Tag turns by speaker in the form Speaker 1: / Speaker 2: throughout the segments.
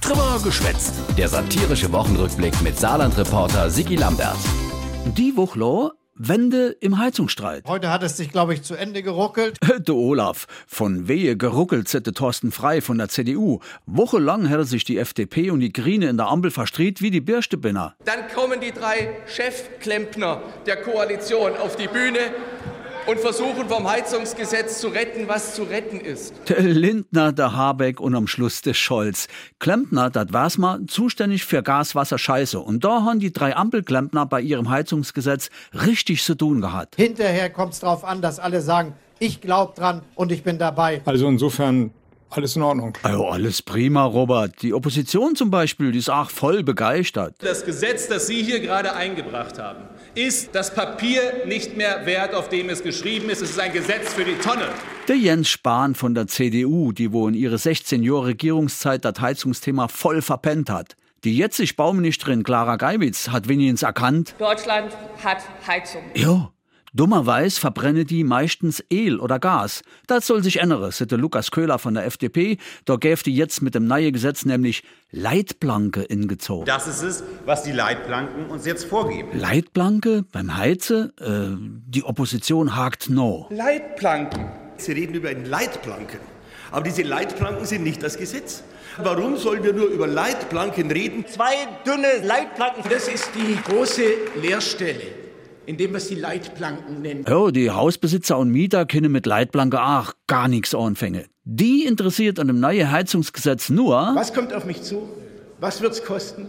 Speaker 1: Drüber geschwätzt. Der satirische Wochenrückblick mit Saarland-Reporter Sigi Lambert.
Speaker 2: Die Wuchlau, Wende im Heizungsstreit.
Speaker 3: Heute hat es sich, glaube ich, zu Ende geruckelt.
Speaker 2: De Olaf, von Wehe geruckelt, sitte Thorsten Frei von der CDU. Wochelang hat sich die FDP und die Grüne in der Ampel verstritt wie die Birstebinner.
Speaker 4: Dann kommen die drei Chefklempner der Koalition auf die Bühne und versuchen vom Heizungsgesetz zu retten, was zu retten ist.
Speaker 2: Der Lindner, der Habeck und am Schluss der Scholz. Klempner, das war's mal, zuständig für Gas, Wasser, Scheiße. Und da haben die drei Ampelklempner bei ihrem Heizungsgesetz richtig zu tun gehabt.
Speaker 3: Hinterher kommt es darauf an, dass alle sagen, ich glaube dran und ich bin dabei.
Speaker 5: Also insofern alles in Ordnung.
Speaker 2: Also alles prima, Robert. Die Opposition zum Beispiel, die ist auch voll begeistert.
Speaker 6: Das Gesetz, das Sie hier gerade eingebracht haben, ist das Papier nicht mehr wert, auf dem es geschrieben ist. Es ist ein Gesetz für die Tonne.
Speaker 2: Der Jens Spahn von der CDU, die wo in ihre 16 Jahre Regierungszeit das Heizungsthema voll verpennt hat. Die jetzige Bauministerin Clara Geiwitz hat wenigstens erkannt.
Speaker 7: Deutschland hat Heizung.
Speaker 2: Ja. Dummerweise verbrenne die meistens Öl oder Gas. Das soll sich ändern, sitte Lukas Köhler von der FDP. Da gäf die jetzt mit dem neuen Gesetz nämlich Leitplanke ingezogen.
Speaker 8: Das ist es, was die Leitplanken uns jetzt vorgeben.
Speaker 2: Leitplanke beim Heize? Äh, die Opposition hakt no.
Speaker 9: Leitplanken? Sie reden über eine Leitplanke. Aber diese Leitplanken sind nicht das Gesetz. Warum sollen wir nur über Leitplanken reden?
Speaker 10: Zwei dünne Leitplanken.
Speaker 11: Das ist die große Leerstelle indem wir sie Leitplanken nennen.
Speaker 2: Oh, die Hausbesitzer und Mieter können mit Leitplanke ach gar nichts anfangen. Die interessiert an dem neuen Heizungsgesetz nur.
Speaker 11: Was kommt auf mich zu? Was wird's kosten?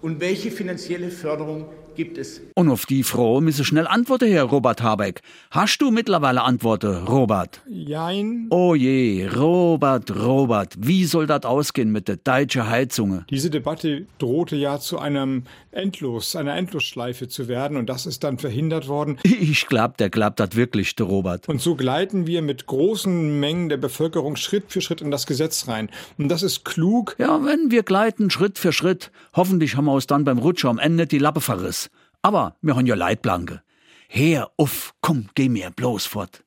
Speaker 11: Und welche finanzielle Förderung gibt es?
Speaker 2: Und auf die Frau müsse schnell Antworten her, Robert Habeck. Hast du mittlerweile Antworten, Robert?
Speaker 5: Jein.
Speaker 2: Oh je, Robert, Robert, wie soll das ausgehen mit der deutschen Heizunge?
Speaker 5: Diese Debatte drohte ja zu einem Endlos, einer Endlosschleife zu werden und das ist dann verhindert worden.
Speaker 2: Ich glaub, der glaubt das wirklich, der Robert.
Speaker 5: Und so gleiten wir mit großen Mengen der Bevölkerung Schritt für Schritt in das Gesetz rein. Und das ist klug.
Speaker 2: Ja, wenn wir gleiten Schritt für Schritt, hoffentlich haben wir uns dann beim Rutscher am Ende die Lappe verrissen. Aber wir haben ja Leitplanke. Her, uff, komm, geh mir bloß fort.